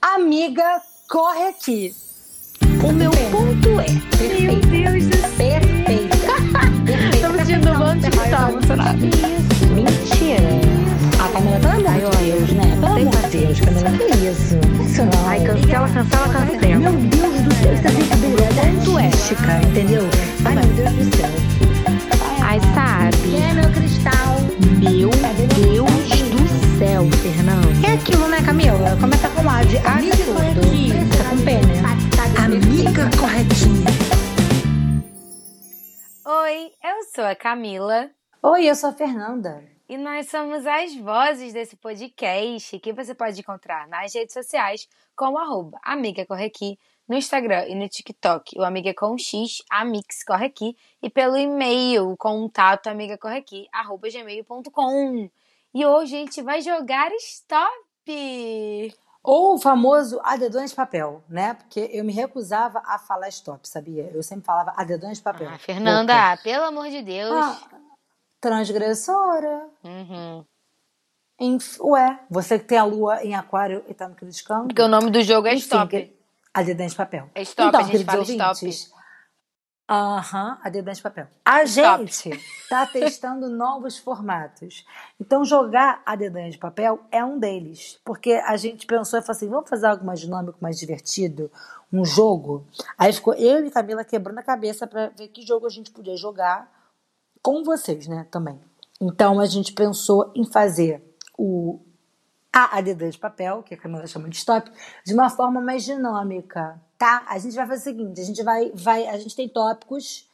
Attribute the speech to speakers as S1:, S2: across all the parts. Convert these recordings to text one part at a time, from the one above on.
S1: Amiga, corre aqui.
S2: O meu ponto é.
S1: Perfeita.
S2: Deus do céu.
S1: Perfeita. Perfeita.
S2: Estamos de novo antes de estar emocionada.
S1: Mentira. Ah, Camila, pelo amor de Deus, né? Pelo amor de Deus, Camila. Que isso? Isso não.
S2: Ai, cancela, cancela, cancela.
S1: Meu Deus do céu, isso é verdade. Tu é chica, entendeu? Ai, meu Deus do céu.
S2: Ai, sabe?
S1: é meu cristal?
S2: Meu Deus do céu, Fernando.
S1: É aquilo, né, Camila? Começa com A de A de
S2: Amiga,
S1: tudo.
S2: corre aqui. Tá,
S1: Começa com P, né? Amiga corretinha.
S3: Oi, eu sou a Camila
S1: Oi, eu sou a Fernanda.
S3: e nós somos as vozes desse podcast que você pode encontrar nas redes sociais como arroba Amiga Corre Aqui, no Instagram e no TikTok, o Amiga com X, Amix Corre Aqui, e pelo e-mail, contato amigacorreaqui, arroba gmail.com. E hoje a gente vai jogar Stop!
S1: Ou o famoso adedonha de papel, né? Porque eu me recusava a falar stop, sabia? Eu sempre falava adedonha de papel.
S3: Ah, Fernanda, pelo amor de Deus.
S1: Ah, transgressora.
S3: Uhum.
S1: Enf... Ué, você que tem a lua em aquário e tá me criticando?
S3: Porque o nome do jogo é
S1: Enfim,
S3: Stop.
S1: que- A dedão de papel. Então,
S3: É stop, a gente
S1: queridos
S3: fala
S1: ouvintes, Aham, a dedão de papel. A
S3: Stop.
S1: gente está testando novos formatos. Então, jogar a dedão de papel é um deles. Porque a gente pensou e falou assim: vamos fazer algo mais dinâmico, mais divertido, um jogo. Aí ficou eu e Camila quebrando a cabeça para ver que jogo a gente podia jogar com vocês, né, também. Então a gente pensou em fazer o a adedã de papel, que a Camila chama de stop, de uma forma mais dinâmica, tá? A gente vai fazer o seguinte, a gente vai vai a gente tem tópicos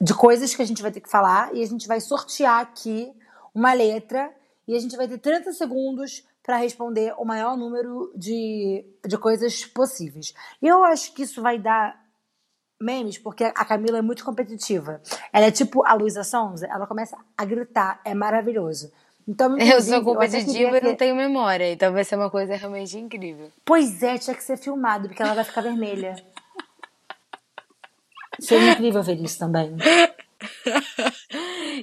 S1: de coisas que a gente vai ter que falar e a gente vai sortear aqui uma letra e a gente vai ter 30 segundos para responder o maior número de, de coisas possíveis. E eu acho que isso vai dar memes, porque a Camila é muito competitiva. Ela é tipo a Luísa Sonza, ela começa a gritar, é maravilhoso. Então,
S3: Eu
S1: inclusive,
S3: sou
S1: eu até
S3: competitiva
S1: queria
S3: e não
S1: que-
S3: tenho memória, então vai ser uma coisa realmente incrível.
S1: Pois é, tinha que ser filmado, porque ela vai ficar vermelha. Seria incrível ver isso também.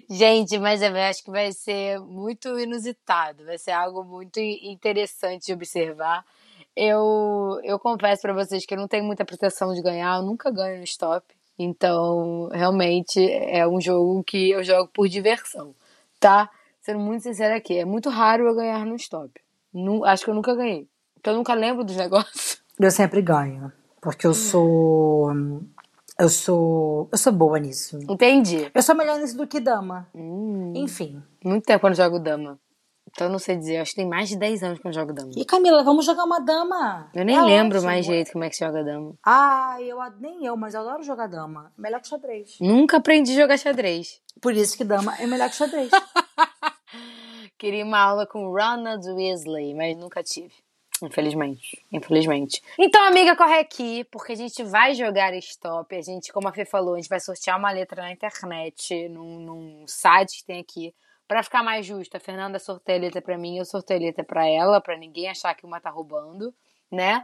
S3: Gente, mas eu acho que vai ser muito inusitado, vai ser algo muito i- interessante de observar. Eu, eu confesso pra vocês que eu não tenho muita pretensão de ganhar, eu nunca ganho no stop. Então, realmente é um jogo que eu jogo por diversão, tá? Sendo muito sincera aqui, é muito raro eu ganhar no stop. Nu- acho que eu nunca ganhei. Então, eu nunca lembro dos negócios.
S1: Eu sempre ganho, porque eu sou. Eu sou. Eu sou boa nisso.
S3: Entendi.
S1: Eu sou melhor nisso do que dama.
S3: Hum,
S1: Enfim.
S3: muito tempo que eu não jogo dama. Então, eu não sei dizer, acho que tem mais de 10 anos que eu não jogo dama.
S1: E Camila, vamos jogar uma dama.
S3: Eu nem
S1: É
S3: lembro
S1: ótimo.
S3: mais direito como é que se joga dama.
S1: Ah, eu ad- nem eu, mas eu adoro jogar dama. Melhor que xadrez.
S3: Nunca aprendi a jogar xadrez.
S1: Por isso que dama é melhor que xadrez.
S3: Queria uma aula com Ronald Weasley, mas nunca tive. Infelizmente. Infelizmente. Então, amiga, corre aqui, porque a gente vai jogar stop. A gente, como a Fê falou, a gente vai sortear uma letra na internet, num, num site que tem aqui. Pra ficar mais justo, a Fernanda sorteia a letra pra mim, eu sorteio a letra pra ela, pra ninguém achar que uma tá roubando, né?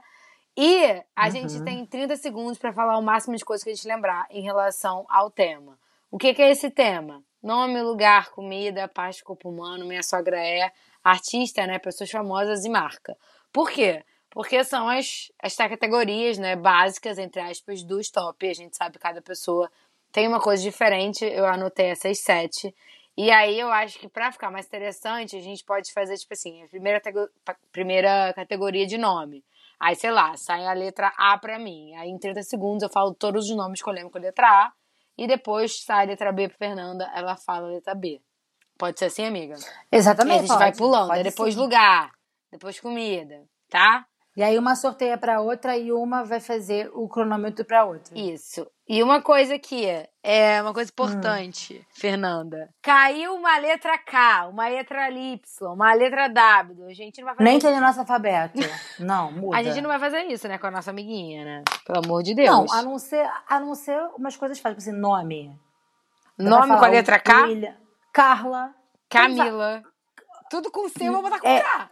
S3: E a gente tem 30 segundos pra falar o máximo de coisas que a gente lembrar em relação ao tema. O que, que é esse tema? Nome, lugar, comida, parte do corpo humano, minha sogra é, artista, né? Pessoas famosas e marca. Por quê? Porque são as, as categorias né, básicas, entre aspas, dos top. A gente sabe que cada pessoa tem uma coisa diferente. Eu anotei essas sete. E aí eu acho que pra ficar mais interessante, a gente pode fazer, tipo assim, a primeira, tego- pa- primeira categoria de nome. Aí, sei lá, sai a letra A pra mim. Aí em 30 segundos eu falo todos os nomes que eu lembro com a letra A. E depois sai a letra B pra Fernanda, ela fala a letra B. Pode ser assim, amiga? Aí
S1: Exatamente.
S3: a gente vai
S1: pode-
S3: pulando.
S1: pode
S3: Aí depois
S1: sim.
S3: lugar, depois comida, tá?
S1: E aí uma sorteia pra outra e uma vai fazer o cronômetro pra outra.
S3: Isso. E uma coisa aqui, é uma coisa importante,
S1: Hum.
S3: Fernanda. Caiu uma letra K, uma letra Y, uma letra W. A gente não vai fazer
S1: Nem
S3: isso.
S1: tem nosso alfabeto. é Não, muda.
S3: A gente não vai fazer isso, né, com a nossa amiguinha, né? Pelo amor de Deus.
S1: Não, a não ser, a não ser umas coisas fáceis, tipo assim, nome. Então vai
S3: Nome
S1: falar
S3: com a letra K,
S1: William, Carla.
S3: Camila. Tudo com C, eu vou botar com
S1: É.
S3: K.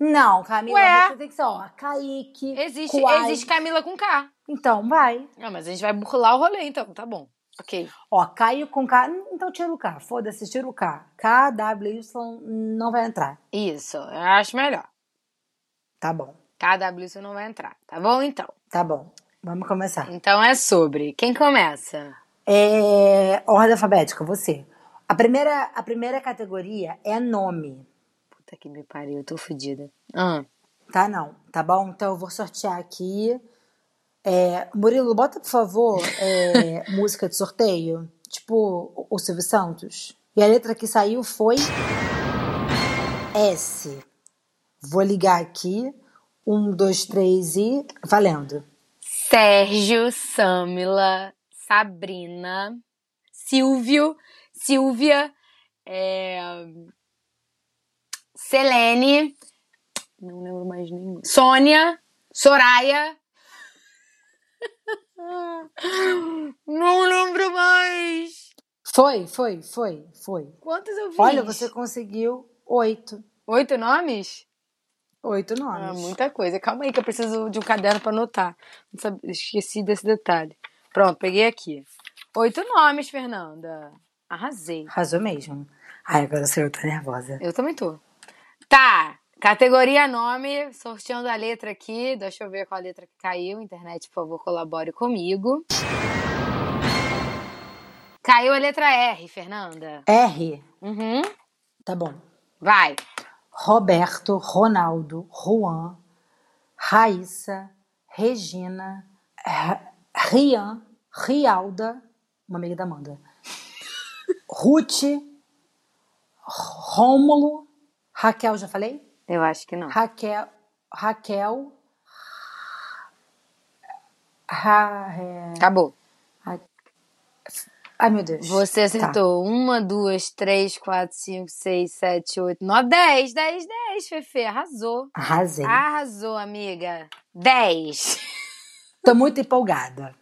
S1: Não, Camila,
S3: Ué.
S1: você tem que ser, ó, Kaique.
S3: Existe,
S1: Kuai.
S3: existe Camila com K.
S1: Então, vai.
S3: Não, mas a gente vai burlar o rolê, então. Tá bom. Ok.
S1: Ó, Caio com K. Então tira o K. Foda-se, tira o K. K, W, Y não vai entrar.
S3: Isso. Eu acho melhor.
S1: Tá bom.
S3: KW você não vai entrar, tá bom então?
S1: Tá bom. Vamos começar.
S3: Então é sobre. Quem começa?
S1: É, ordem alfabética, você. A primeira, a primeira categoria é nome.
S3: Puta que me pariu, eu tô fodida. Ah,
S1: Tá, não. Tá bom? Então eu vou sortear aqui. É, Murilo, bota, por favor, é, música de sorteio. Tipo o- o Silvio Santos. E a letra que saiu foi S. Vou ligar aqui. Um, dois, três e. Valendo.
S3: Sérgio, Samila, Sabrina, Silvio, Silvia, é, Selene, não lembro mais nenhum. Sônia, Soraya. Não lembro mais.
S1: Foi, foi, foi, foi.
S3: Quantos eu fiz?
S1: Olha, você conseguiu oito.
S3: Oito nomes?
S1: Oito nomes.
S3: Ah, muita coisa. Calma aí que eu preciso de um caderno pra anotar. Não sabe- Esqueci desse detalhe. Pronto, peguei aqui. Oito nomes, Fernanda. Arrasei.
S1: Arrasou mesmo. Ai, agora sou eu, tô nervosa.
S3: Eu também tô. Tá. Categoria nome, sorteando a letra aqui. Deixa eu ver qual a letra que caiu. Internet, por favor, colabore comigo. Caiu a letra R, Fernanda.
S1: R.
S3: Uhum.
S1: Tá bom.
S3: Vai.
S1: Roberto, Ronaldo, Juan, Raíssa, Regina, R- Rian, Rialda, uma amiga da Amanda, Ruth, Rômulo, Raquel, já falei?
S3: Eu acho que não.
S1: Raquel, Raquel, Ra, é-
S3: Acabou.
S1: ai meu Deus. Tá,
S3: Você acertou. Uma, duas, três, quatro, cinco, seis, sete, oito, nove, dez. Dez, dez, Fefe. Arrasou.
S1: Tá.
S3: É.
S1: Arrasei.
S3: Arrasou, amiga. Dez.
S1: Tô muito empolgada.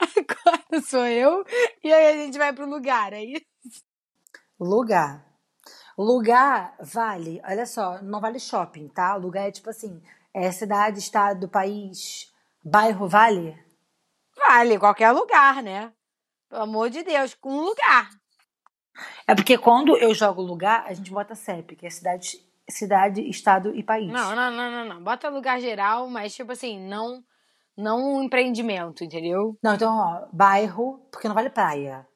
S3: Agora sou eu. E aí a gente vai pro lugar, é isso?
S1: Lugar. Lugar vale, olha só, não vale shopping, tá? Lugar é tipo assim, é cidade, estado, país, bairro, vale?
S3: Vale, qualquer lugar, né? Pelo amor de Deus, com um lugar.
S1: É porque quando eu jogo lugar, a gente bota CEP, que é cidade, cidade estado e país.
S3: Não, não, não, não, não. Bota lugar geral, mas tipo assim, não, não um empreendimento, entendeu?
S1: Não, então, ó, bairro, porque não vale praia.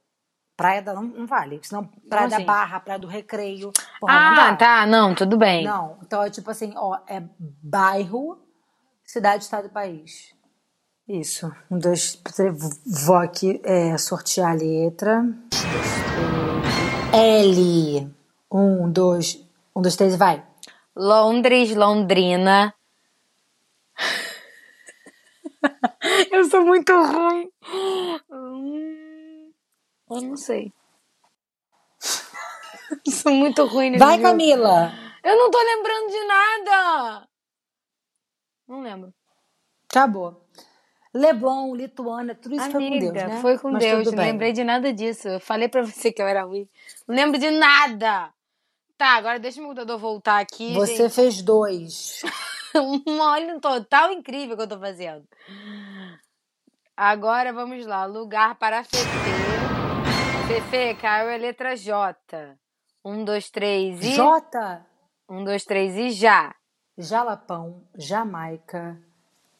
S1: Praia da, não, não vale, senão praia da
S3: assim?
S1: Barra, praia do Recreio, porra, não
S3: Ah,
S1: dá.
S3: tá, não, tudo bem.
S1: Não, então é tipo assim, ó, é bairro, cidade, estado e país. Isso. Um, dois, três, vou aqui é, sortear a letra. Um, dois, três. L. Um, dois, um, dois, três, vai.
S3: Londres, Londrina. Eu sou muito ruim. Hum, Eu não sei. Eu sou muito ruim nesse
S1: Vai,
S3: jogo.
S1: Camila.
S3: Eu não tô lembrando de nada. Não lembro.
S1: Acabou. Leblon, Lituânia, tudo isso foi com
S3: Amiga,
S1: Deus, né?
S3: foi com
S1: Mas
S3: Deus.
S1: tudo
S3: Não
S1: bem.
S3: lembrei de nada disso. Eu falei pra você que eu era ruim. Não lembro de nada. Tá, agora deixa o computador voltar aqui. gente.
S1: Você fez dois.
S3: um óleo total incrível que eu tô fazendo. Agora vamos lá. Lugar para Fefe. Fefe, caiu a letra J. Um, dois, três e.
S1: Jota,
S3: Um, dois, três e já.
S1: Jalapão, Jamaica,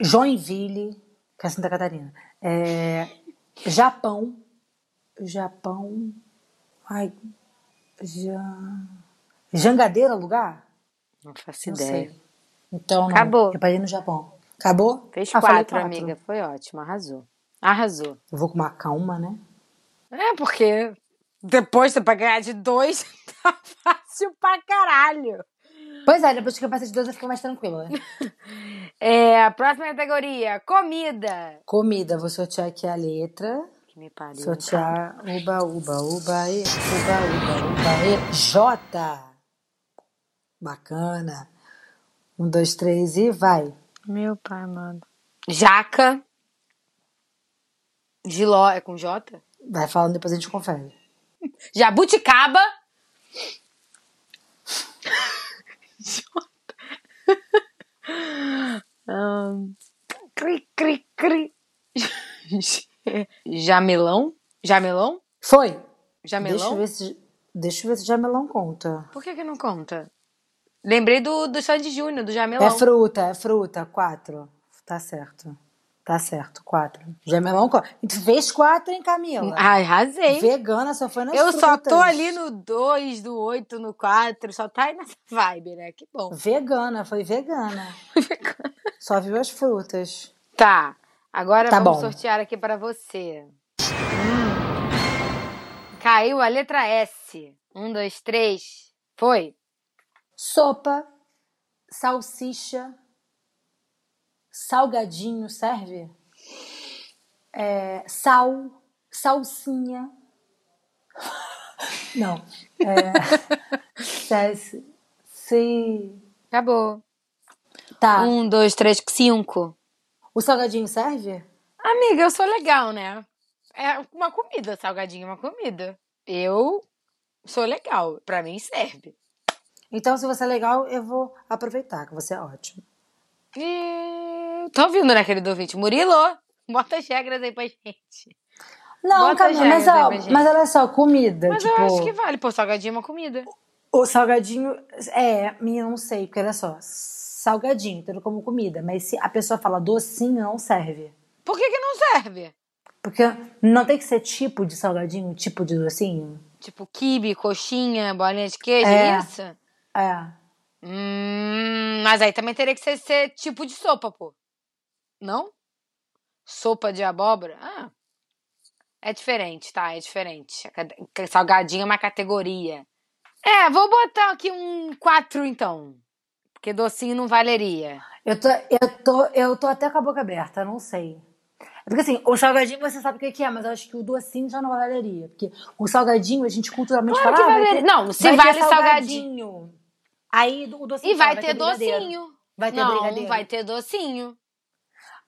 S1: Joinville, que é Santa Catarina, é, Japão, Japão, ai, ja, Jangadeira é lugar?
S3: Não faço
S1: Não
S3: ideia.
S1: sei. Então, não.
S3: Acabou.
S1: Eu parei no Japão. Acabou?
S3: Fez
S1: Ah, falei
S3: quatro, amiga. Foi ótimo. Arrasou. Arrasou.
S1: Eu vou com uma calma, né?
S3: É, porque depois pra ganhar de dois tá fácil pra caralho.
S1: Pois é, depois que eu passei de dois eu fiquei mais tranquila.
S3: É, a próxima categoria: comida.
S1: Comida, vou sortear aqui a letra.
S3: Que me pariu.
S1: Sortear, uba, uba, uba, e, uba, uba, uba, e, J. Bacana. Um, dois, três e vai.
S3: Meu pai, mano. Jaca. Giló é com J?
S1: Vai falando, depois a gente confere.
S3: Jabuticaba. J. Ahn, cri, cri, cri. Jamelão? Jamelão?
S1: Foi. Deixa eu
S3: Jamelão?
S1: ver se, deixa eu ver se Jamelão conta.
S3: Por que que não conta? Lembrei do, do Sandy Júnior, do Jamelão.
S1: É fruta, é fruta. Quatro. Tá certo. Tá certo, quatro. Jamelão, quatro. E tu fez quatro, hein, Camila?
S3: Ai, arrasei.
S1: Vegana só foi nas
S3: Ah, Eu só
S1: frutas.
S3: tô ali no 2, do 8, no 4, só tá aí nessa vibe, né? Que bom.
S1: Vegana, foi vegana. Só viu as frutas.
S3: Tá, agora
S1: Tá bom.
S3: vamos sortear aqui pra você. Hum. Caiu a letra S. Um, dois, três. Foi.
S1: Sopa, salsicha, salgadinho, serve? É, sal, salsinha. Não. É, se, se-
S3: Acabou.
S1: tá.
S3: Um, dois, três, cinco.
S1: O salgadinho serve?
S3: Amiga, eu sou legal, né? É uma comida, salgadinho, é uma comida. Eu sou legal. Pra mim serve.
S1: Então, se você é legal, eu vou aproveitar, que você é ótimo.
S3: E... Tô ouvindo, né, querido ouvinte? Murilo, bota as regras aí pra gente.
S1: Não,
S3: Bota
S1: Camila,
S3: as
S1: mas,
S3: regras aí
S1: ó,
S3: pra gente.
S1: mas olha só, comida.
S3: Mas
S1: tipo,
S3: eu acho que vale. Pô, salgadinho é uma comida.
S1: O salgadinho é, minha, não sei, porque olha só, salgadinho, entendo como comida, mas se a pessoa fala docinho, não serve.
S3: Por que que não serve?
S1: Porque não tem que ser tipo de salgadinho, tipo de docinho.
S3: Tipo, quibe, coxinha, bolinha de queijo,
S1: É.
S3: isso?
S1: É.
S3: Hum, mas aí também teria que ser, ser tipo de sopa, pô. Não? Sopa de abóbora? Ah. É diferente, tá? É diferente. A cate- Salgadinho é uma categoria. É, vou botar aqui um 4, então. Porque docinho não valeria.
S1: Eu tô, eu, tô, eu tô até com a boca aberta, não sei. É Porque assim, o salgadinho você sabe o que que é, mas eu acho que o docinho já não valeria. Porque o salgadinho a gente culturalmente
S3: Claro
S1: fala.
S3: que
S1: ah, vai
S3: valeria.
S1: ter-
S3: Não, se
S1: vai ter
S3: vale
S1: salgadinho. Aí o docinho
S3: E vai,
S1: fala,
S3: ter,
S1: então, brigadeiro.
S3: docinho.
S1: Vai ter
S3: não,
S1: brigadeiro.
S3: vai ter docinho.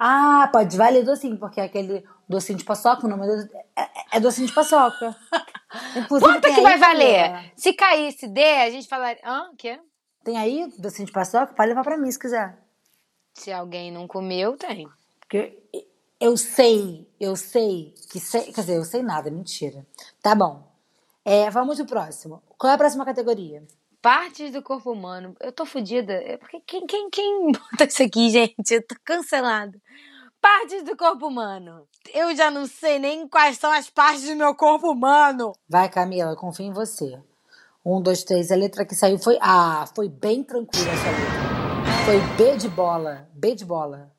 S1: Ah, pode valer docinho, porque é aquele docinho de paçoca, o nome do- é, é docinho de paçoca. Inclusive,
S3: Quanto é
S1: tem
S3: que
S1: aí,
S3: vai valer?
S1: Camila,
S3: Se caísse D, a gente falaria. Hã? O quê?
S1: Tem aí docinho de paçoca? Pode levar pra mim se quiser.
S3: Se alguém não comeu, tem.
S1: Porque eu sei, eu sei que sei. Quer dizer, eu sei nada, mentira. Tá bom. É, vamos pro próximo. Qual é a próxima categoria?
S3: Partes do corpo humano. Eu tô fodida. É porque Quem, quem, quem bota isso aqui, gente? Eu tô cancelada. Partes do corpo humano. Eu já não sei nem quais são as partes do meu corpo humano.
S1: Vai, Camila, confio em você. Um, dois, três. A letra que saiu foi A. Foi bem tranquila essa letra. Foi B de bola. B de bola.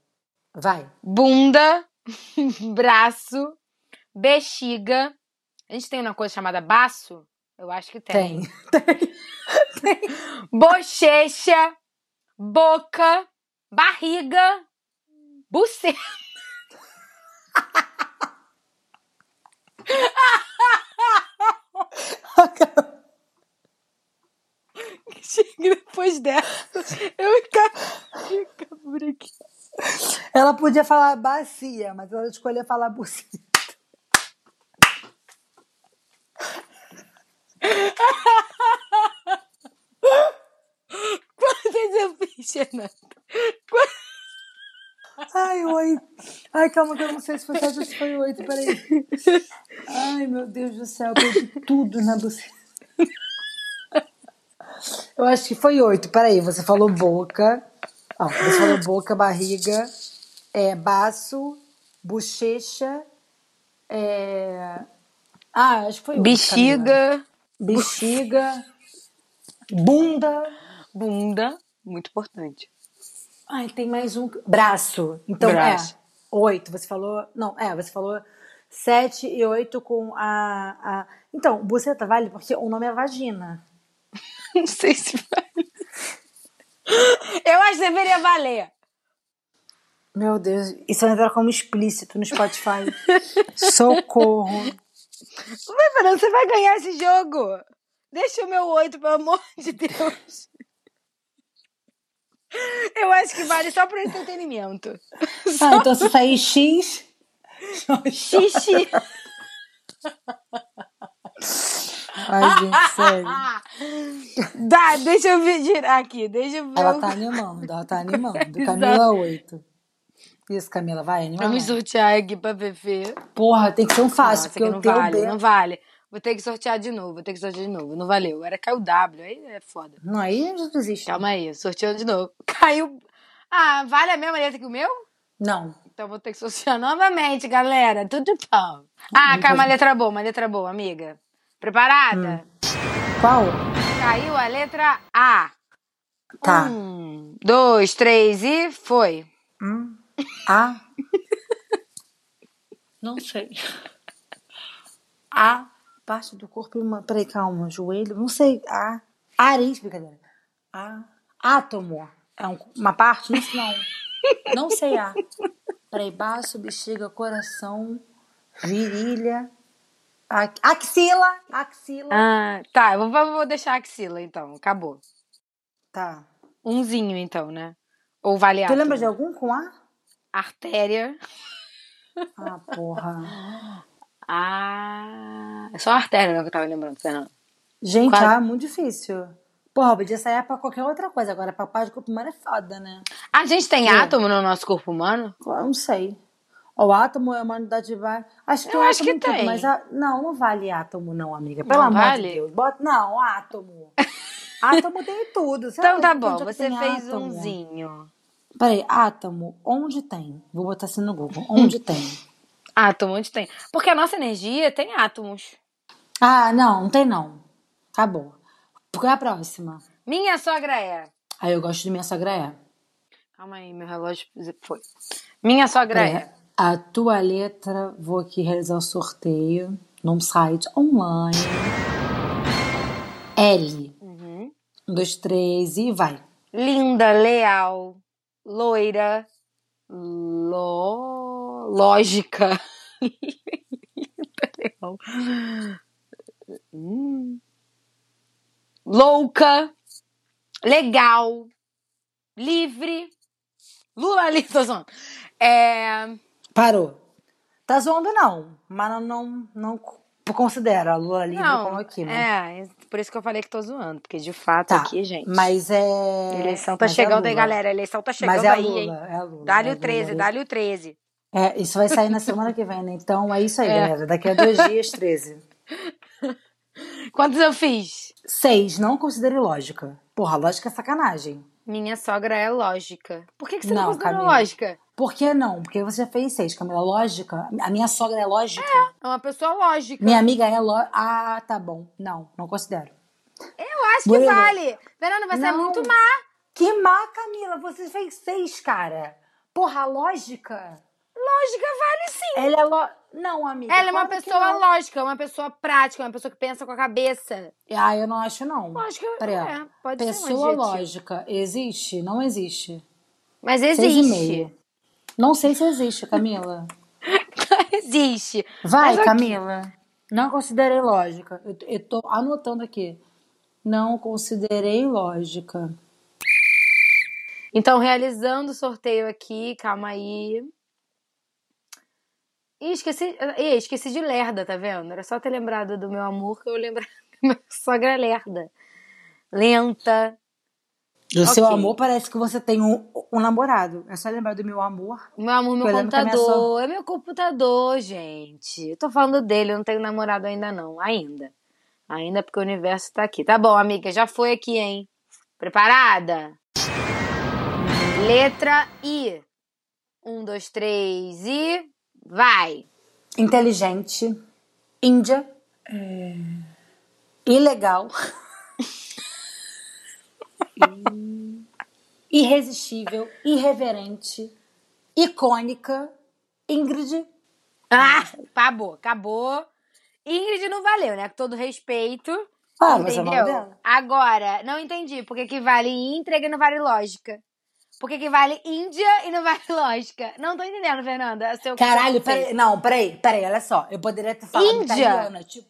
S1: Vai.
S3: Bunda, braço, bexiga. A gente tem uma coisa chamada baço? Eu acho que tem.
S1: Tem.
S3: Bochecha, boca, barriga, buceta. Chega depois dessa. Eu fica por aqui.
S1: Ela podia falar bacia, mas ela escolheu falar buceta.
S3: Quantas eu fiz, Renato? Quantas-
S1: Ai, oito. Ai, calma que eu não sei se foi sete ou se foi oito, peraí. Ai, meu Deus do céu, eu perdi tudo na buceta. Eu acho que foi oito, peraí, você falou boca. Ó, você falou boca, barriga, é, baço, bochecha, é... Ah, acho que foi oito, Camila.
S3: Bexiga,
S1: Bexiga, bunda...
S3: bunda, muito importante.
S1: Ai, tem mais um. Braço. Então
S3: Braço.
S1: é. Oito. Você falou. Não, é, você falou sete e oito com a. a... Então, buceta vale porque o nome é vagina.
S3: Não sei se vale. Eu acho que deveria valer.
S1: Meu Deus, isso vai entrar como explícito no Spotify. Socorro.
S3: Não vai, Fernando, você vai ganhar esse jogo. Deixa o meu oito, pelo amor de Deus. Eu acho que vale só pro entretenimento.
S1: Ah, então se sair X.
S3: Xixi.
S1: Ai, gente, sério.
S3: Dá, deixa eu ver girar aqui. Deixa eu ver.
S1: Ela
S3: o-
S1: tá animando, ela tá animando. Camila, oito. Isso, Camila, vai animar.
S3: Vamos sortear aqui pra Fefe.
S1: Porra, tem que ser um fácil,
S3: Nossa,
S1: porque
S3: que
S1: eu
S3: não
S1: tenho
S3: vale,
S1: B.
S3: não vale. Vou ter que sortear de novo, vou ter que sortear de novo. Não valeu. Era caiu W, aí é foda.
S1: Não, aí a gente desiste.
S3: Calma aí, sorteando de novo. Caiu. Ah, vale a mesma letra que o meu?
S1: Não.
S3: Então vou ter que sortear novamente, galera. Tudo bom. Ah, caiu uma letra boa, uma letra boa, amiga. Preparada?
S1: Hum. Qual?
S3: Caiu a letra A.
S1: Tá.
S3: Um, dois, três e foi.
S1: Hum. A. Não sei. A. Parte do corpo. e Uma... Peraí, calma. Joelho. Não sei. A. Nariz, brincadeira. A. Átomo. É um- uma parte? Não, não. Não sei A. Peraí, baixo, bexiga, coração, virilha. a- Axila. Axila.
S3: Ah, tá, eu vou, vou deixar a axila então. Acabou.
S1: Tá.
S3: Unzinho então, né? Ou vale
S1: Tu
S3: átomo.
S1: lembra de algum com A?
S3: Artéria.
S1: Ah, porra.
S3: Ah. É só a artéria né, que eu tava lembrando, Fernando.
S1: Gente,
S3: Quase.
S1: ah, é muito difícil. Porra, podia sair pra qualquer outra coisa. Agora, pra parte do corpo humano é foda, né?
S3: A gente tem átomo no nosso corpo humano?
S1: Eu não sei. O átomo é uma unidade ba- Acho que
S3: Eu
S1: o
S3: acho
S1: átomo
S3: que
S1: tudo,
S3: tem.
S1: Mas a- Não, não vale átomo, não, amiga. Pelo
S3: Não
S1: amor
S3: vale?
S1: de Deus. Bota... Não, átomo. átomo tem tudo. Será
S3: Então
S1: que
S3: tá
S1: onde
S3: bom,
S1: é que
S3: você
S1: tem
S3: fez
S1: átomo?
S3: umzinho.
S1: Peraí, átomo, onde tem? Vou botar assim no Google. Onde tem?
S3: Átomo, onde tem? Porque a nossa energia tem átomos.
S1: Ah, não, não tem não. Acabou. Qual é a próxima?
S3: Minha sogra é.
S1: Aí eu gosto de minha sogra é.
S3: Calma aí, meu relógio foi. Minha sogra é.
S1: É, a tua letra, vou aqui realizar o sorteio num site online. L.
S3: Uhum.
S1: Um, dois, três e vai.
S3: Linda, leal, loira, lo... lógica. Linda, leal. Hum. Louca, legal, livre. Lula livre, tô zoando. É,
S1: Parou. Tá zoando, não. Mas não, não, não co- considera a Lula livre como aqui, né?
S3: é, por isso que eu falei que tô zoando, porque de fato
S1: Tá.
S3: aqui, gente.
S1: Mas é.
S3: eleição tá
S1: mas é
S3: chegando aí,
S1: Lula.
S3: galera. Eleição tá chegando
S1: Mas é a
S3: aí,
S1: Lula,
S3: hein?
S1: é a Lula.
S3: Dá-lhe
S1: é a
S3: o 13,
S1: Lula.
S3: dá-lhe o 13.
S1: É, isso vai sair na semana que vem, né? Então é isso aí,
S3: É.
S1: galera. Daqui a dois dias, 13.
S3: Quantos eu fiz?
S1: Seis, não considere lógica. Porra, lógica é sacanagem.
S3: Minha sogra é lógica. Por que, que você não,
S1: Não,
S3: considera
S1: Camila.
S3: lógica?
S1: Por que não? Porque você já fez seis, Camila. Lógica? A minha sogra é lógica?
S3: É uma pessoa lógica.
S1: Minha amiga é lógica. Ah, tá bom. Não, não considero.
S3: Eu acho que
S1: Bueno.
S3: vale. Fernanda, você é
S1: Não.
S3: muito má.
S1: Que má, Camila. Você fez seis, cara. Porra, lógica?
S3: Lógica vale sim.
S1: Ela é lo... Não, amiga.
S3: Ela é uma
S1: claro que
S3: pessoa
S1: não.
S3: lógica, uma pessoa prática, uma pessoa que pensa com a cabeça.
S1: Ah, eu não acho, não.
S3: Lógica
S1: Peraí, ó.
S3: é, pode ser um
S1: Pessoa
S3: adjetivo.
S1: lógica existe? Não existe.
S3: Mas
S1: Seis e
S3: existe.
S1: meio. Não sei se existe, Camila.
S3: existe.
S1: Vai,
S3: Mas ok.
S1: Camila. Não considerei lógica. Eu, eu tô anotando aqui. Não considerei lógica.
S3: Então, realizando o sorteio aqui, calma aí. Ih, esqueci, eh, ih, esqueci de Lerda, tá vendo? Era só ter lembrado do meu amor que eu lembrava da minha sogra Lerda. Lenta.
S1: Do
S3: Ok.
S1: seu amor parece que você tem um, um namorado. É só lembrar do meu amor.
S3: Meu amor, meu
S1: Eu lembro que a minha so-
S3: computador. É meu computador, gente. Eu tô falando dele, eu não tenho namorado ainda, não. Ainda. Ainda porque o universo tá aqui. Tá bom, amiga, já foi aqui, hein? Preparada? Letra I. Um, dois, três e. Vai!
S1: Inteligente. Índia. É. Ilegal. Irresistível. Irreverente. Icônica. Ingrid.
S3: Ah, acabou, acabou. Ingrid não valeu, né? Com todo respeito.
S1: Ah, mas é o nome
S3: entendeu?
S1: dela.
S3: Agora, não entendi. Por que, que vale entrega e não vale lógica? Por que, que vale Índia e não vale lógica? Não tô entendendo, Fernanda. Seu
S1: Caralho,
S3: conceito.
S1: peraí. Não, peraí, peraí, olha só. Eu poderia ter falado
S3: Índia.
S1: italiana, tipo.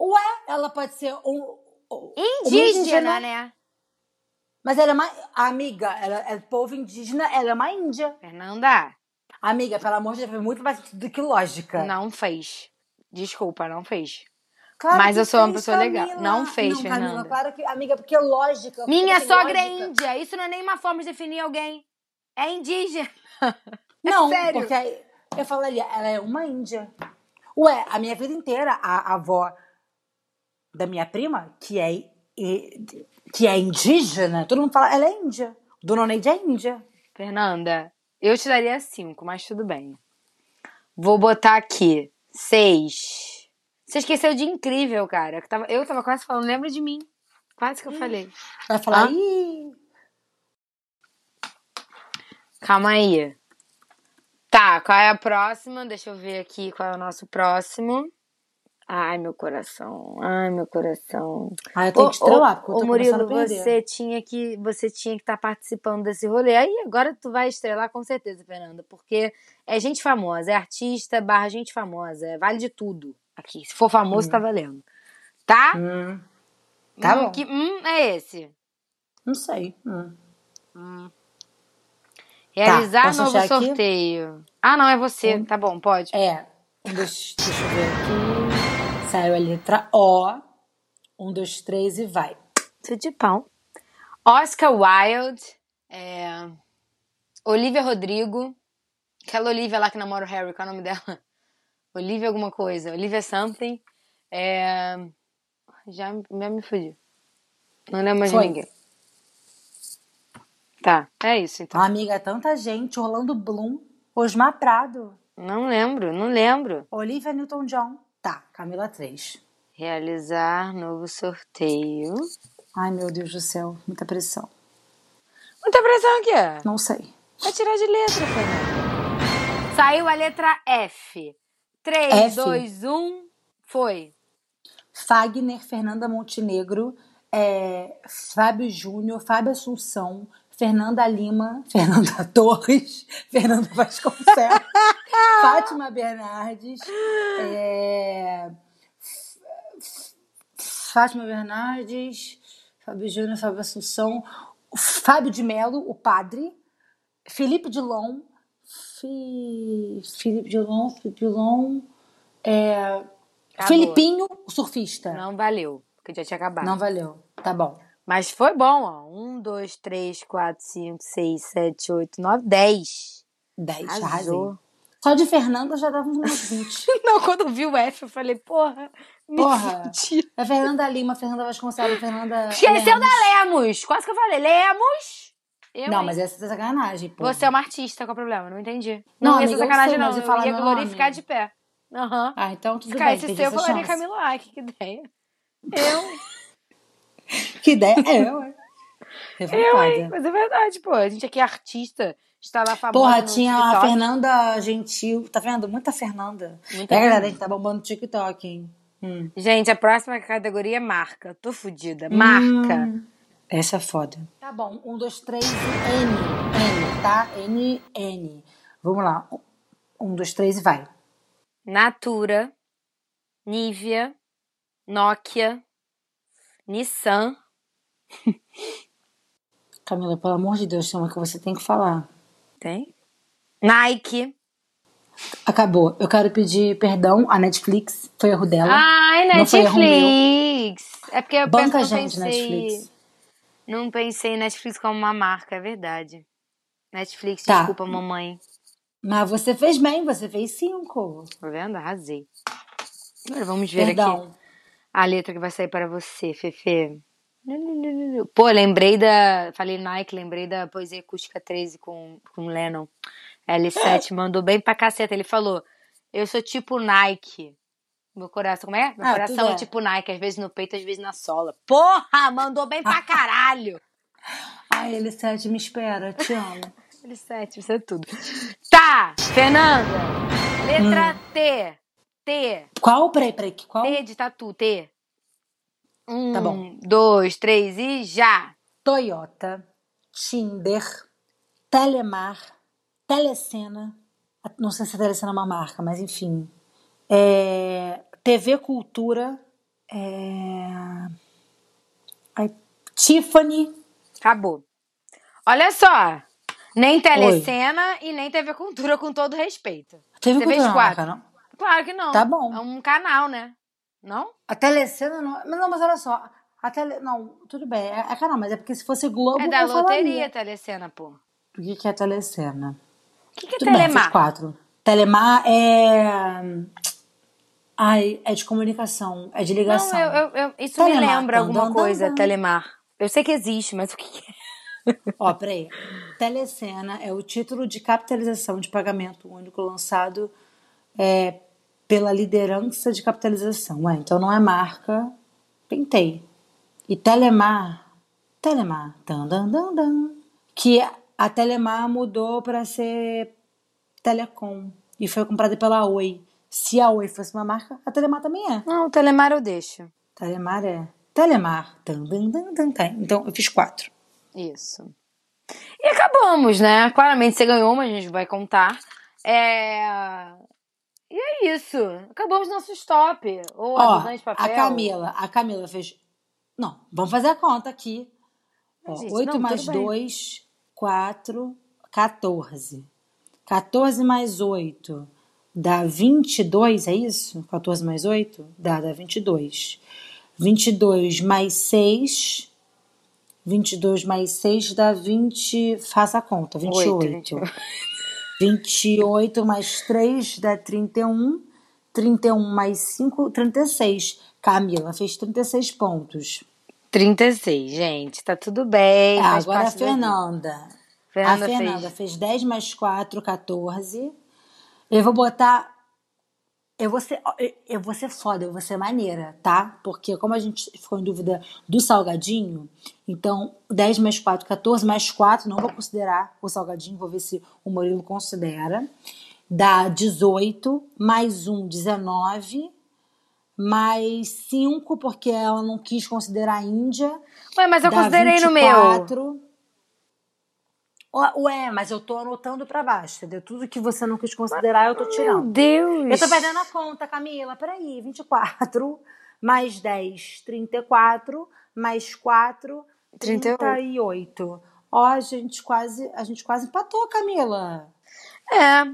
S1: Ué, ela pode ser um. um- uma
S3: Indígena, né?
S1: Mas ela é uma. Amiga, ela é povo indígena, ela é uma índia.
S3: Fernanda,
S1: Amiga, pelo amor de Deus, foi muito mais sentido que lógica.
S3: não fez. Desculpa, não fez.
S1: Claro
S3: Mas
S1: que
S3: eu sou uma
S1: fez,
S3: pessoa legal.
S1: Camila.
S3: Não fez,
S1: não, Camila,
S3: Fernanda.
S1: claro que. Amiga, porque lógica. porque
S3: Minha
S1: tem
S3: sogra é
S1: lógica.
S3: índia. Isso não é nenhuma forma de definir alguém. É indígena.
S1: Não,
S3: sério.
S1: porque é aí eu falaria, ela é uma índia. Ué, a minha vida inteira, a, a avó da minha prima, que é, e- que é indígena, todo mundo fala, ela é índia. Dona Neide é índia.
S3: Fernanda, eu te daria cinco, mas tudo bem. Vou botar aqui seis. Você esqueceu de incrível, cara. Eu tava, eu tava quase falando, lembra de mim. Quase que eu falei.
S1: Vai falar,
S3: Ah.
S1: ih,
S3: Calma aí. Tá, qual é a próxima? Deixa eu ver aqui qual é o nosso próximo. Ai, meu coração. Ai, meu coração.
S1: ah, eu tenho que estrelar, porque eu tô
S3: ô, Murilo,
S1: começando a perder.
S3: você tinha que você tinha que estar participando desse rolê. Aí agora tu vai estrelar com certeza, Fernanda, porque é gente famosa, é artista barra gente famosa, é vale de tudo aqui. Se for famoso, tá valendo. Tá?
S1: Hum, tá
S3: Hum,
S1: bom. Tá.
S3: Que, hum é esse.
S1: não sei. Hum.
S3: Realizar
S1: posso
S3: novo
S1: achar aqui?
S3: sorteio. Ah, não, é você. Tá bom, pode.
S1: É, um, dois, deixa eu ver aqui. Saiu a letra O. Um, dois, três e vai.
S3: Tudo de pão. Oscar Wilde. é, Olivia Rodrigo. Aquela Olivia lá que namora o Harry, qual é o nome dela? Olivia alguma coisa. Olivia something. É, Já, já me fudi. Não lembro de
S1: Foi.
S3: ninguém. Tá, é isso então.
S1: Amiga, tanta gente. Orlando Bloom. Osmar Prado.
S3: Não lembro, não lembro.
S1: Olivia Newton-John. Tá, Camila 3.
S3: Realizar novo sorteio.
S1: Ai, meu Deus do céu. Muita pressão.
S3: Muita pressão aqui, ó.
S1: Não sei.
S3: Vai tirar de letra, Fernanda. Saiu a letra F. 3,
S1: F.
S3: 2, 1. Foi.
S1: Fagner, Fernanda Montenegro, é, Fábio Júnior, Fábio Assunção, Fernanda Lima, Fernanda Torres, Fernanda Vasconcelos, Fátima Bernardes, é, F- F- Fátima Bernardes, Fábio Júnior, Fábio Assunção, o Fábio de Melo, o padre, Felipe Dilon, Fi- Felipe Dilon, Felipe Dilon, é,
S3: Acabou.
S1: Felipinho, o surfista.
S3: Não valeu, porque já tinha acabado.
S1: Não valeu. Tá bom.
S3: Mas foi bom, ó. 1, 2, 3, 4, 5, 6, 7, 8, 9, 10.
S1: 10, arrasei.
S3: Arrasou.
S1: Só de Fernanda já dava uns 20.
S3: Não, quando eu vi o F, eu falei, porra, me
S1: Porra.
S3: fudi.
S1: É Fernanda Lima, Fernanda Vasconcelos, Fernanda.
S3: Esqueceu
S1: Lemos.
S3: da Lemos. Quase que eu falei, Lemos. Eu,
S1: Não,
S3: hein?
S1: mas essa é sacanagem, pô.
S3: Você é uma artista, qual é o problema? Não entendi.
S1: Não,
S3: Não, ia
S1: amiga,
S3: ser
S1: eu
S3: sacanagem,
S1: sei,
S3: não.
S1: mas eu
S3: Eu,
S1: falo
S3: ia glorificar
S1: nome.
S3: de pé. Aham.
S1: Ah, então tudo
S3: Cara,
S1: bem.
S3: esse
S1: perdi
S3: seu eu
S1: essa
S3: falaria
S1: chance.
S3: Camila Like, que ideia. Eu,
S1: Que ideia. É, ué.
S3: eu, hein?
S1: Revoltada.
S3: Mas é verdade, pô. A gente aqui é artista, está lá famosa
S1: Porra,
S3: no
S1: tinha a
S3: TikTok.
S1: Fernanda Gentil. Tá vendo? Muita Fernanda.
S3: Muita
S1: é, galera,
S3: Fernanda.
S1: a gente tá bombando o TikTok, hein? Hum.
S3: Gente, a próxima categoria é marca. Tô fodida. Marca.
S1: Essa é foda. Tá bom. Um, dois, três, e N. N, tá? N, N. Vamos lá. Um, dois, três e vai.
S3: Natura, Nivea, Nokia, Nissan.
S1: Camila, pelo amor de Deus, tem uma que você tem que falar.
S3: Tem? Nike.
S1: Acabou. Eu quero pedir perdão à Netflix. Foi erro dela.
S3: Ai,
S1: Não foi erro meu.
S3: Netflix. É porque Ah, eu
S1: Banca a
S3: penso- não
S1: gente,
S3: pensei...
S1: Netflix.
S3: Não pensei em Netflix como uma marca, é verdade. Netflix,
S1: Tá.
S3: desculpa, mamãe.
S1: Mas você fez bem, você fez cinco.
S3: Tá vendo? Arrasei. Agora vamos ver aqui
S1: Perdão.
S3: a letra que vai sair para você, Fefe. Pô, lembrei da. Falei Nike, lembrei da poesia acústica 13 com, com Lennon. L7 mandou bem pra caceta. Ele falou: Eu sou tipo Nike. Meu coração, como é? Meu
S1: Ah,
S3: coração
S1: tudo
S3: é.
S1: é.
S3: tipo Nike, às vezes no peito, às vezes na sola. Porra, mandou bem pra caralho!
S1: Ai, Elisete, me espera. Te amo.
S3: L7, isso é tudo. Tá, Fernanda. Letra T. T.
S1: Qual? Peraí, peraí. que Qual?
S3: T de tatu, T. Um,
S1: Tá bom.
S3: dois, três e já.
S1: Toyota, Tinder, Telemar, Telecena. Não sei se a Telecena é uma marca, mas enfim. É, TV Cultura. É, ai, Tiffany.
S3: Acabou. Olha só. Nem telecena e nem TV Cultura, com todo respeito.
S1: TV
S3: Você fez
S1: Cultura não,
S3: quatro.
S1: cara, não.
S3: Claro que não.
S1: Tá bom.
S3: É um canal, né? Não?
S1: A Telecena não. Mas não, mas olha só. A tele... Não, tudo bem. É, é canal, mas é porque se fosse Globo.
S3: é da
S1: eu
S3: loteria,
S1: falaria.
S3: telecena, pô. O
S1: O que que é a Telecena?
S3: que, que é
S1: Tudo bem, fez
S3: telemar?
S1: quatro. Telemar é. hum, Ai, é de comunicação, é de
S3: Não,
S1: ligação.
S3: eu, eu- eu- isso me
S1: Telemar,
S3: lembra
S1: dan,
S3: alguma
S1: dan,
S3: coisa,
S1: dan, dan.
S3: Telemar. Eu sei que existe, mas o que que é?
S1: Ó, peraí. Telecena é o título de capitalização de pagamento único lançado é, pela liderança de capitalização. Ué, então não é marca. Tentei. E Telemar. Telemar. Dan, dan, dan, dan. Que a Telemar mudou para ser Telecom. E foi comprada pela Oi. Se a Oi fosse uma marca, a Telemar também é.
S3: Não, o Telemar eu deixo.
S1: Telemar é. Telemar. Dan, dan, dan, dan, dan. Então eu fiz quatro.
S3: Isso. E acabamos, né? Claramente você ganhou, mas a gente vai contar. É... E é isso. Acabamos nosso stop. Ou
S1: Ó,
S3: a de papel.
S1: a Camila, a Camila fez. Não, vamos fazer a conta aqui. Ó,
S3: Mas, gente,
S1: 8
S3: não,
S1: mais
S3: tudo bem.
S1: 2, 4, 14. 14 mais 8 dá 22, é isso? 14 mais 8 dá, dá 22. 22 mais 6. 22 mais 6 dá 20. Faça a conta,
S3: um.
S1: 28. 28 mais 3 dá 31. 31 mais 5, 36. Camila fez 36 pontos.
S3: 36, gente. Tá tudo bem.
S1: É,
S3: faz
S1: agora a
S3: parte da vida.
S1: Fernanda.
S3: Fernanda
S1: a
S3: fez-
S1: Fernanda fez... 10 mais 4, 14. Eu vou botar. Eu vou, ser, ó, eu- eu vou ser foda, eu vou ser maneira, tá? Porque como a gente ficou em dúvida do salgadinho, então 10 mais 4, 14 mais 4, não vou considerar o salgadinho, vou ver se o Murilo considera. Dá 18, mais 1, 19, mais 5, porque ela não quis considerar a Índia.
S3: Ué, mas eu
S1: Dá
S3: considerei no meu.
S1: 24. Ó, Ué, mas eu tô anotando pra baixo, entendeu? Tudo que você não quis considerar, eu tô
S3: Meu
S1: tirando.
S3: Deus.
S1: Eu tô perdendo a conta, Camila. Peraí, 24 mais 10, 34, mais 4,
S3: 38.
S1: 38. Ó, a gente quase, a gente quase empatou, Camila.
S3: É.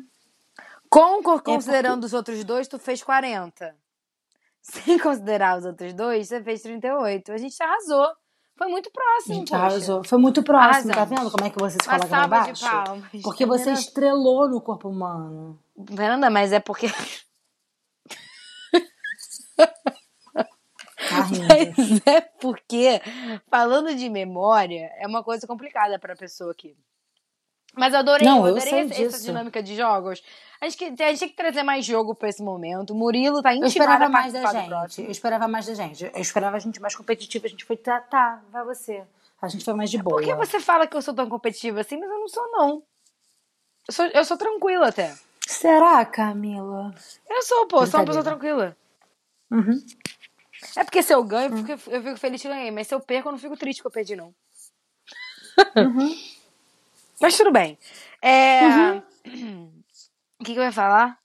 S3: Com, co- considerando os outros dois, tu fez 40. Sem considerar os outros dois, você fez 38. A gente arrasou. Foi muito
S1: A
S3: próximo,
S1: gente
S3: poxa.
S1: arrasou. Foi muito próximo, tá
S3: Arrasamos.
S1: vendo como é que você se
S3: Uma
S1: coloca lá
S3: salva de
S1: embaixo?
S3: palmas.
S1: Porque você estrelou no corpo humano.
S3: Fernanda, mas é porque.
S1: Tá rindo.
S3: Mas é porque, falando de memória, é uma coisa complicada pra pessoa aqui. Mas eu adorei,
S1: Não, eu
S3: eu adorei
S1: sei
S3: essa, essa
S1: disso.
S3: dinâmica de jogos. A gente, que- a gente tinha que trazer mais jogo pra esse momento. O Murilo tá
S1: Eu
S3: intimado
S1: esperava
S3: a
S1: mais da
S3: participar do
S1: gente.
S3: próximo.
S1: Eu esperava mais da gente. Eu esperava a gente mais competitiva. A gente foi, tá, tá, vai você. A gente foi mais de boa.
S3: Por que você fala que eu sou tão competitiva assim? Mas eu não sou, não. Eu sou, eu sou tranquila até.
S1: Será, Camila?
S3: Eu sou, pô, sou uma
S1: Brincadeira.
S3: pessoa tranquila.
S1: Uhum.
S3: É porque se eu ganho, porque eu fico feliz que eu ganhei. Mas se eu perco, eu não fico triste que eu perdi, não.
S1: Uhum.
S3: Mas tudo bem. É... O que, que eu ia falar?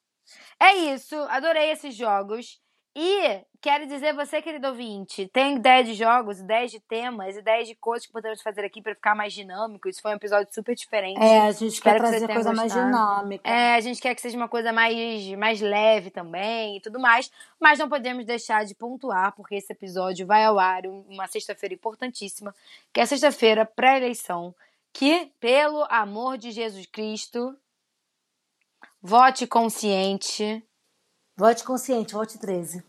S3: É isso. Adorei esses jogos. E quero dizer, você, querido ouvinte, tem ideia de jogos, ideias de temas, ideias de coisas que podemos fazer aqui pra ficar mais dinâmico. Isso foi um episódio super diferente.
S1: É, a gente quer
S3: Espero que você
S1: trazer
S3: tenha
S1: coisa mais
S3: gostado.
S1: dinâmica.
S3: É, a gente quer que seja uma coisa mais, mais leve também e tudo mais, mas não podemos deixar de pontuar, porque esse episódio vai ao ar um- uma sexta-feira importantíssima, que é a sexta-feira pré-eleição, que, pelo amor de Jesus Cristo, vote consciente.
S1: Vote consciente, vote 13.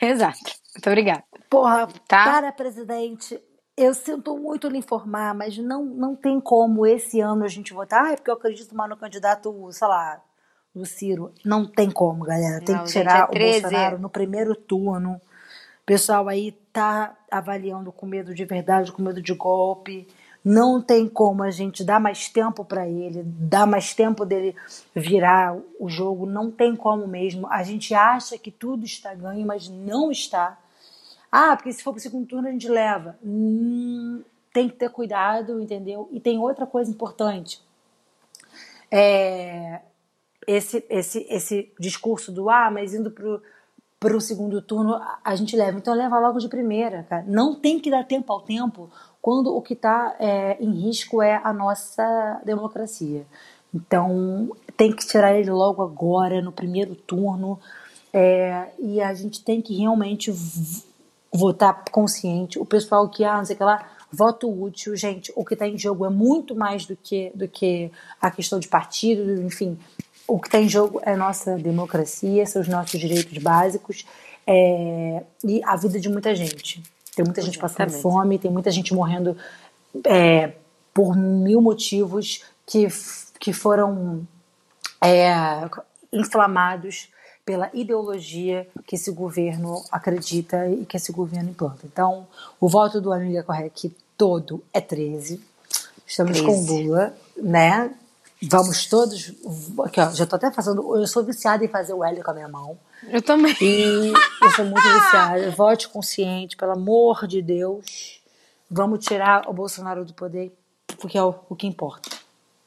S3: Exato. Muito obrigada.
S1: Porra,
S3: Tá?
S1: para presidente, eu sinto muito lhe informar, mas não, não tem como esse ano a gente votar. Ah, é porque eu acredito mais no candidato, sei lá, do Ciro. Não tem como, galera. Tem
S3: Não,
S1: que
S3: gente, é
S1: tirar o
S3: 13.
S1: Bolsonaro no primeiro turno. O pessoal aí tá avaliando com medo de verdade, com medo de golpe. Não tem como a gente dar mais tempo para ele, dar mais tempo dele virar o jogo. Não tem como mesmo. A gente acha que tudo está ganho, mas não está. Ah, porque se for pro segundo turno a gente leva. Hum, tem que ter cuidado, entendeu? E tem outra coisa importante. É, esse, esse, esse discurso do ah, mas indo pro, pro segundo turno a, a gente leva. Então leva logo de primeira, cara. Não tem que dar tempo ao tempo quando o que está em risco é a nossa democracia. Então tem que tirar ele logo agora, no primeiro turno. É, e a gente tem que realmente v- votar consciente. O pessoal que, ah, não sei o que lá, voto útil. tá Gente, o que está em jogo é muito mais do que, do que a questão de partido, enfim. o que tem em jogo é a nossa democracia, são os nossos direitos básicos é, e a vida de muita gente. Tem muita gente passando
S3: Exatamente.
S1: fome, tem muita gente morrendo é, por mil motivos que, f- que foram é, inflamados pela ideologia que esse governo acredita e que esse governo implanta. Então, o voto do Amiga Correc todo é 13. Estamos com
S3: 13.
S1: Lula, né? Vamos todos. Aqui, ó, já tô até fazendo. Eu sou viciada em fazer o L com a minha mão.
S3: Eu também.
S1: E eu sou muito viciada. Vote consciente, pelo amor de Deus. Vamos tirar o Bolsonaro do poder, porque é o, o que importa.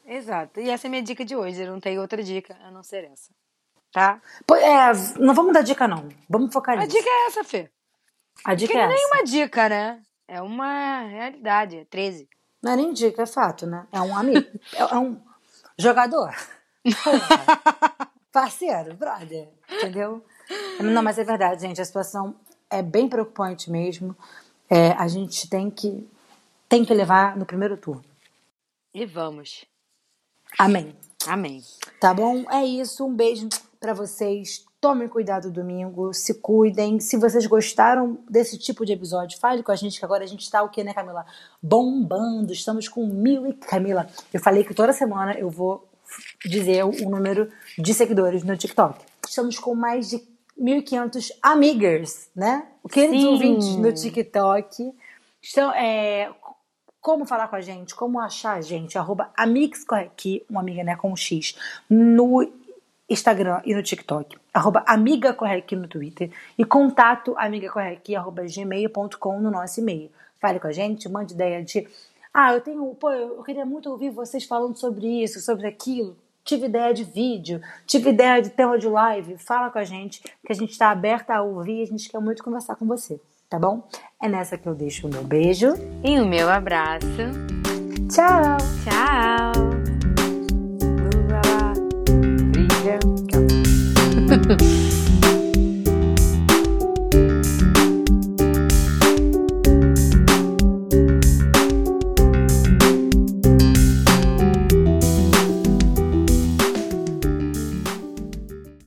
S3: Exato. E essa é a minha dica de hoje. Eu não tenho outra dica a não ser essa. Tá?
S1: Pô, é, não vamos dar dica, não. Vamos focar
S3: A
S1: nisso.
S3: dica é essa, Fê.
S1: A dica
S3: Que
S1: é
S3: não é
S1: essa.
S3: nenhuma dica, né? É uma realidade. É 13.
S1: Não é nem dica, é fato, né? É um amigo. é, é um jogador. Parceiro, brother. Entendeu? Não, mas é verdade, gente. A situação é bem preocupante mesmo. É, a gente tem que, tem que levar no primeiro turno.
S3: E vamos.
S1: Amém.
S3: Amém.
S1: Tá bom? É isso. Um beijo pra vocês. Tomem cuidado domingo. Se cuidem. Se vocês gostaram desse tipo de episódio, fale com a gente, que agora a gente tá o quê, né, Camila? Bombando. Estamos com mil e. Camila, eu falei que toda semana eu vou dizer o número de seguidores no TikTok. Estamos com mais de 1.500 amigas, né? Queridos
S3: Sim.
S1: ouvintes no TikTok. Estão, é, como falar com a gente, como achar a gente, arroba amixcorrequi, uma amiga né, com um X, no Instagram e no TikTok, arroba amigacorrequi no Twitter e contato amigacorrequi, arroba gmail.com no nosso e-mail. Fale com a gente, mande ideia de, ah, eu tenho, pô, eu queria muito ouvir vocês falando sobre isso, sobre aquilo, tive ideia de vídeo, tive ideia de tema de live, fala com a gente, que a gente está aberta a ouvir, a gente quer muito conversar com você, tá bom? É nessa que eu deixo o meu beijo.
S3: E o meu abraço.
S1: Tchau!
S3: Tchau. Lula, brilha.